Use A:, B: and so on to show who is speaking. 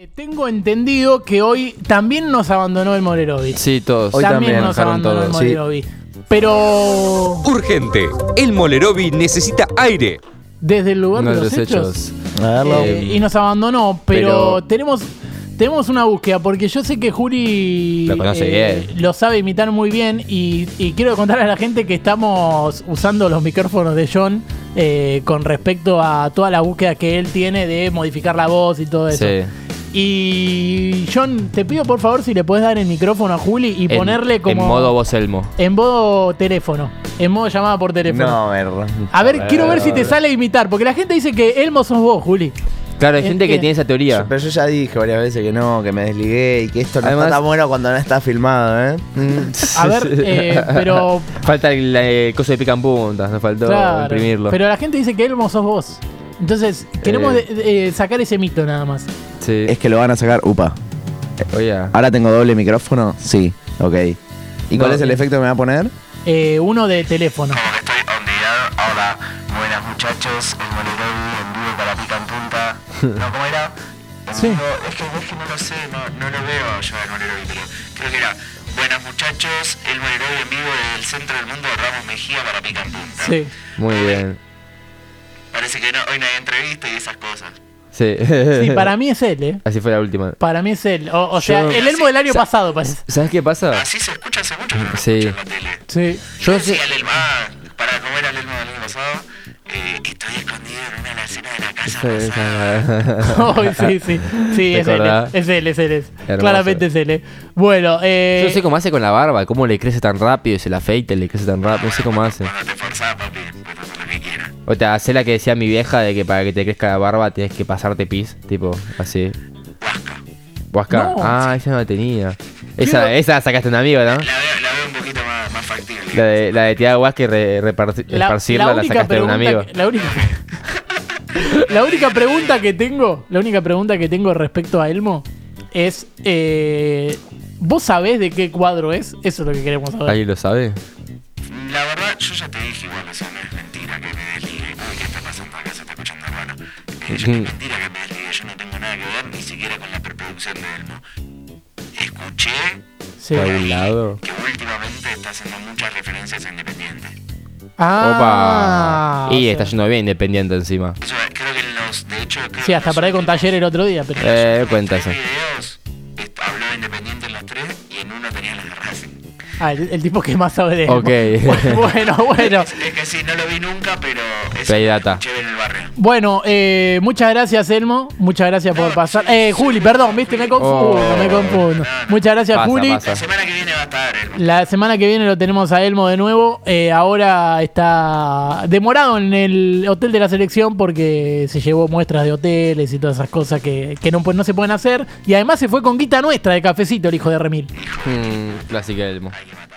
A: Eh, Tengo entendido que hoy también nos abandonó el Morelovic.
B: Sí, todos.
C: Hoy también
A: nos
B: dejaron
A: abandonó el
C: todo, sí.
A: Morelovic. Pero
D: Urgente, el Molerovi necesita aire.
A: desde el lugar de
B: Unos
A: los hechos.
B: desechos.
C: A verlo.
A: eh, y nos abandonó, pero,
B: pero-
A: tenemos tenemos una búsqueda porque yo sé que Juli eh,
B: Lo conoce bien.
A: lo sabe imitar muy bien y, y quiero contarle a la gente que estamos usando los micrófonos de John eh, con respecto a toda la búsqueda que él tiene de modificar la voz y todo eso.
B: Sí.
A: Y John, te pido por favor si le puedes dar el micrófono a Juli y
B: En-
A: ponerle como.
B: En modo Boselmo.
A: en modo teléfono. En modo llamada por teléfono.
C: No, merda.
A: A ver, quiero ver si te sale imitar, porque la gente dice que Elmo sos vos, Juli.
B: Claro, hay
A: Es
B: gente que
A: que-
B: tiene esa teoría.
C: Pero yo ya dije varias veces que no, que me desligué y que esto no
B: Además-
C: está tan bueno cuando no está filmado, ¿eh? Mm.
A: A ver, eh, pero.
B: Falta el, eh, coso de pica en puntas, nos faltó
A: claro,
B: imprimirlo.
A: Pero la gente dice que Elmo sos vos. Entonces, queremos
B: Eh.
A: de- de- sacar ese mito nada más.
B: Sí.
C: Es que lo van a sacar, upa.
B: Oye,
C: ¿Ahora tengo doble micrófono? Sí, ok. ¿Y cuál
B: No.
C: es el efecto que me va a poner?
A: Eh, uno de teléfono.
E: Como que estoy ondeado. Hola, buenas muchachos. El Molerovi en vivo para Pica en Punta. No, ¿cómo era? En
A: Sí.
E: vivo- Es que es que no lo sé, no, no lo veo yo el Molerovi, pero creo que era. Buenas muchachos, el Molerovi en vivo del centro del mundo de Ramos Mejía para Pica en Punta.
A: Sí.
B: muy bien.
E: Parece que no, hoy no hay entrevista y esas cosas.
B: Sí.
A: Sí, para mí es él, ¿eh?
B: Así fue la última.
A: Para mí es él. O, o sea,
B: Yo-
A: el Elmo del año pasado pues. parece.
B: ¿Sabes qué pasa?
E: Así se escucha hace mucho que no lo
B: Sí.
E: escucho en la tele.
A: Sí.
E: Yo decía al Elma, ah, para comer al Elma del año pasado, eh, estoy escondido en una alacena de la casa pasada.
A: Ay, sí, sí. Sí,
B: ¿Te
A: es él,
B: acordás?
A: es él, es él. es.
B: Hermoso.
A: Claramente es él. eh. Bueno, eh,
B: Yo no sé cómo hace con la barba, cómo le crece tan rápido, se la afeita, y le crece tan rápido, no sé cómo hace.
E: Cuando te forzás, papi, puedes hacer lo que quieras.
B: O te hace la que decía mi vieja de que para que te crezca la barba tienes que pasarte pis, tipo, así. Huasca.
A: No.
B: Ah, esa no la tenía. Esa,
A: Quiero-
B: esa la sacaste un amigo, ¿no?
E: La veo, la veo un poquito más, más factible.
B: La de, la de tirar huasca y re- reparti- esparcirla la, sacaste de un amigo.
A: que- la única la única pregunta que tengo, la única pregunta que tengo respecto a Elmo es eh, ¿vos sabés de qué cuadro es? Eso es lo que queremos saber.
B: ¿Alguien lo sabe?
E: La verdad, yo ya te dije igual, eso no es mentira que me desligue. Uy, ¿qué está pasando acá? Se está escuchando hermano. Eh, yo-
B: Ujú.
E: es mentira que me desligue, yo no tengo nada que ver ni siquiera con la preproducción de Elmo. Escuché
A: Sí.
B: ¿Por algún lado?
E: que últimamente está haciendo muchas referencias a Independiente.
A: Ah,
B: Opa. Y
A: o
B: está
A: sea,
B: yendo bien independiente encima.
E: Eso creo que en los, de hecho, creo
A: Sí, hasta paré
E: para
A: con taller el otro día, pero
B: Eh, cuenta
E: tres
B: eso.
E: videos eh, habló de Independiente en los tres y en uno tenía las de Racing.
A: Ah, el, el tipo que más sabe de Elmo.
B: Ok.
A: Bueno, bueno.
E: Es que sí, no lo vi nunca, pero es
B: Play data.
E: chévere en el barrio.
A: Bueno, eh, muchas gracias, Elmo. Muchas gracias por pasar. Eh, Juli, perdón, viste, me confundo,
B: Oh.
A: me confundo. Muchas gracias,
B: Pasa,
A: Juli.
B: pasa.
E: La semana que viene va a estar el
A: La semana que viene lo tenemos a Elmo de nuevo. Eh, ahora está demorado en el hotel de la selección porque se llevó muestras de hoteles y todas esas cosas que, que no, pu- no se pueden hacer. Y además se fue con guita nuestra de cafecito, el hijo de Remil.
B: Mm, clásica Elmo.
E: que matar.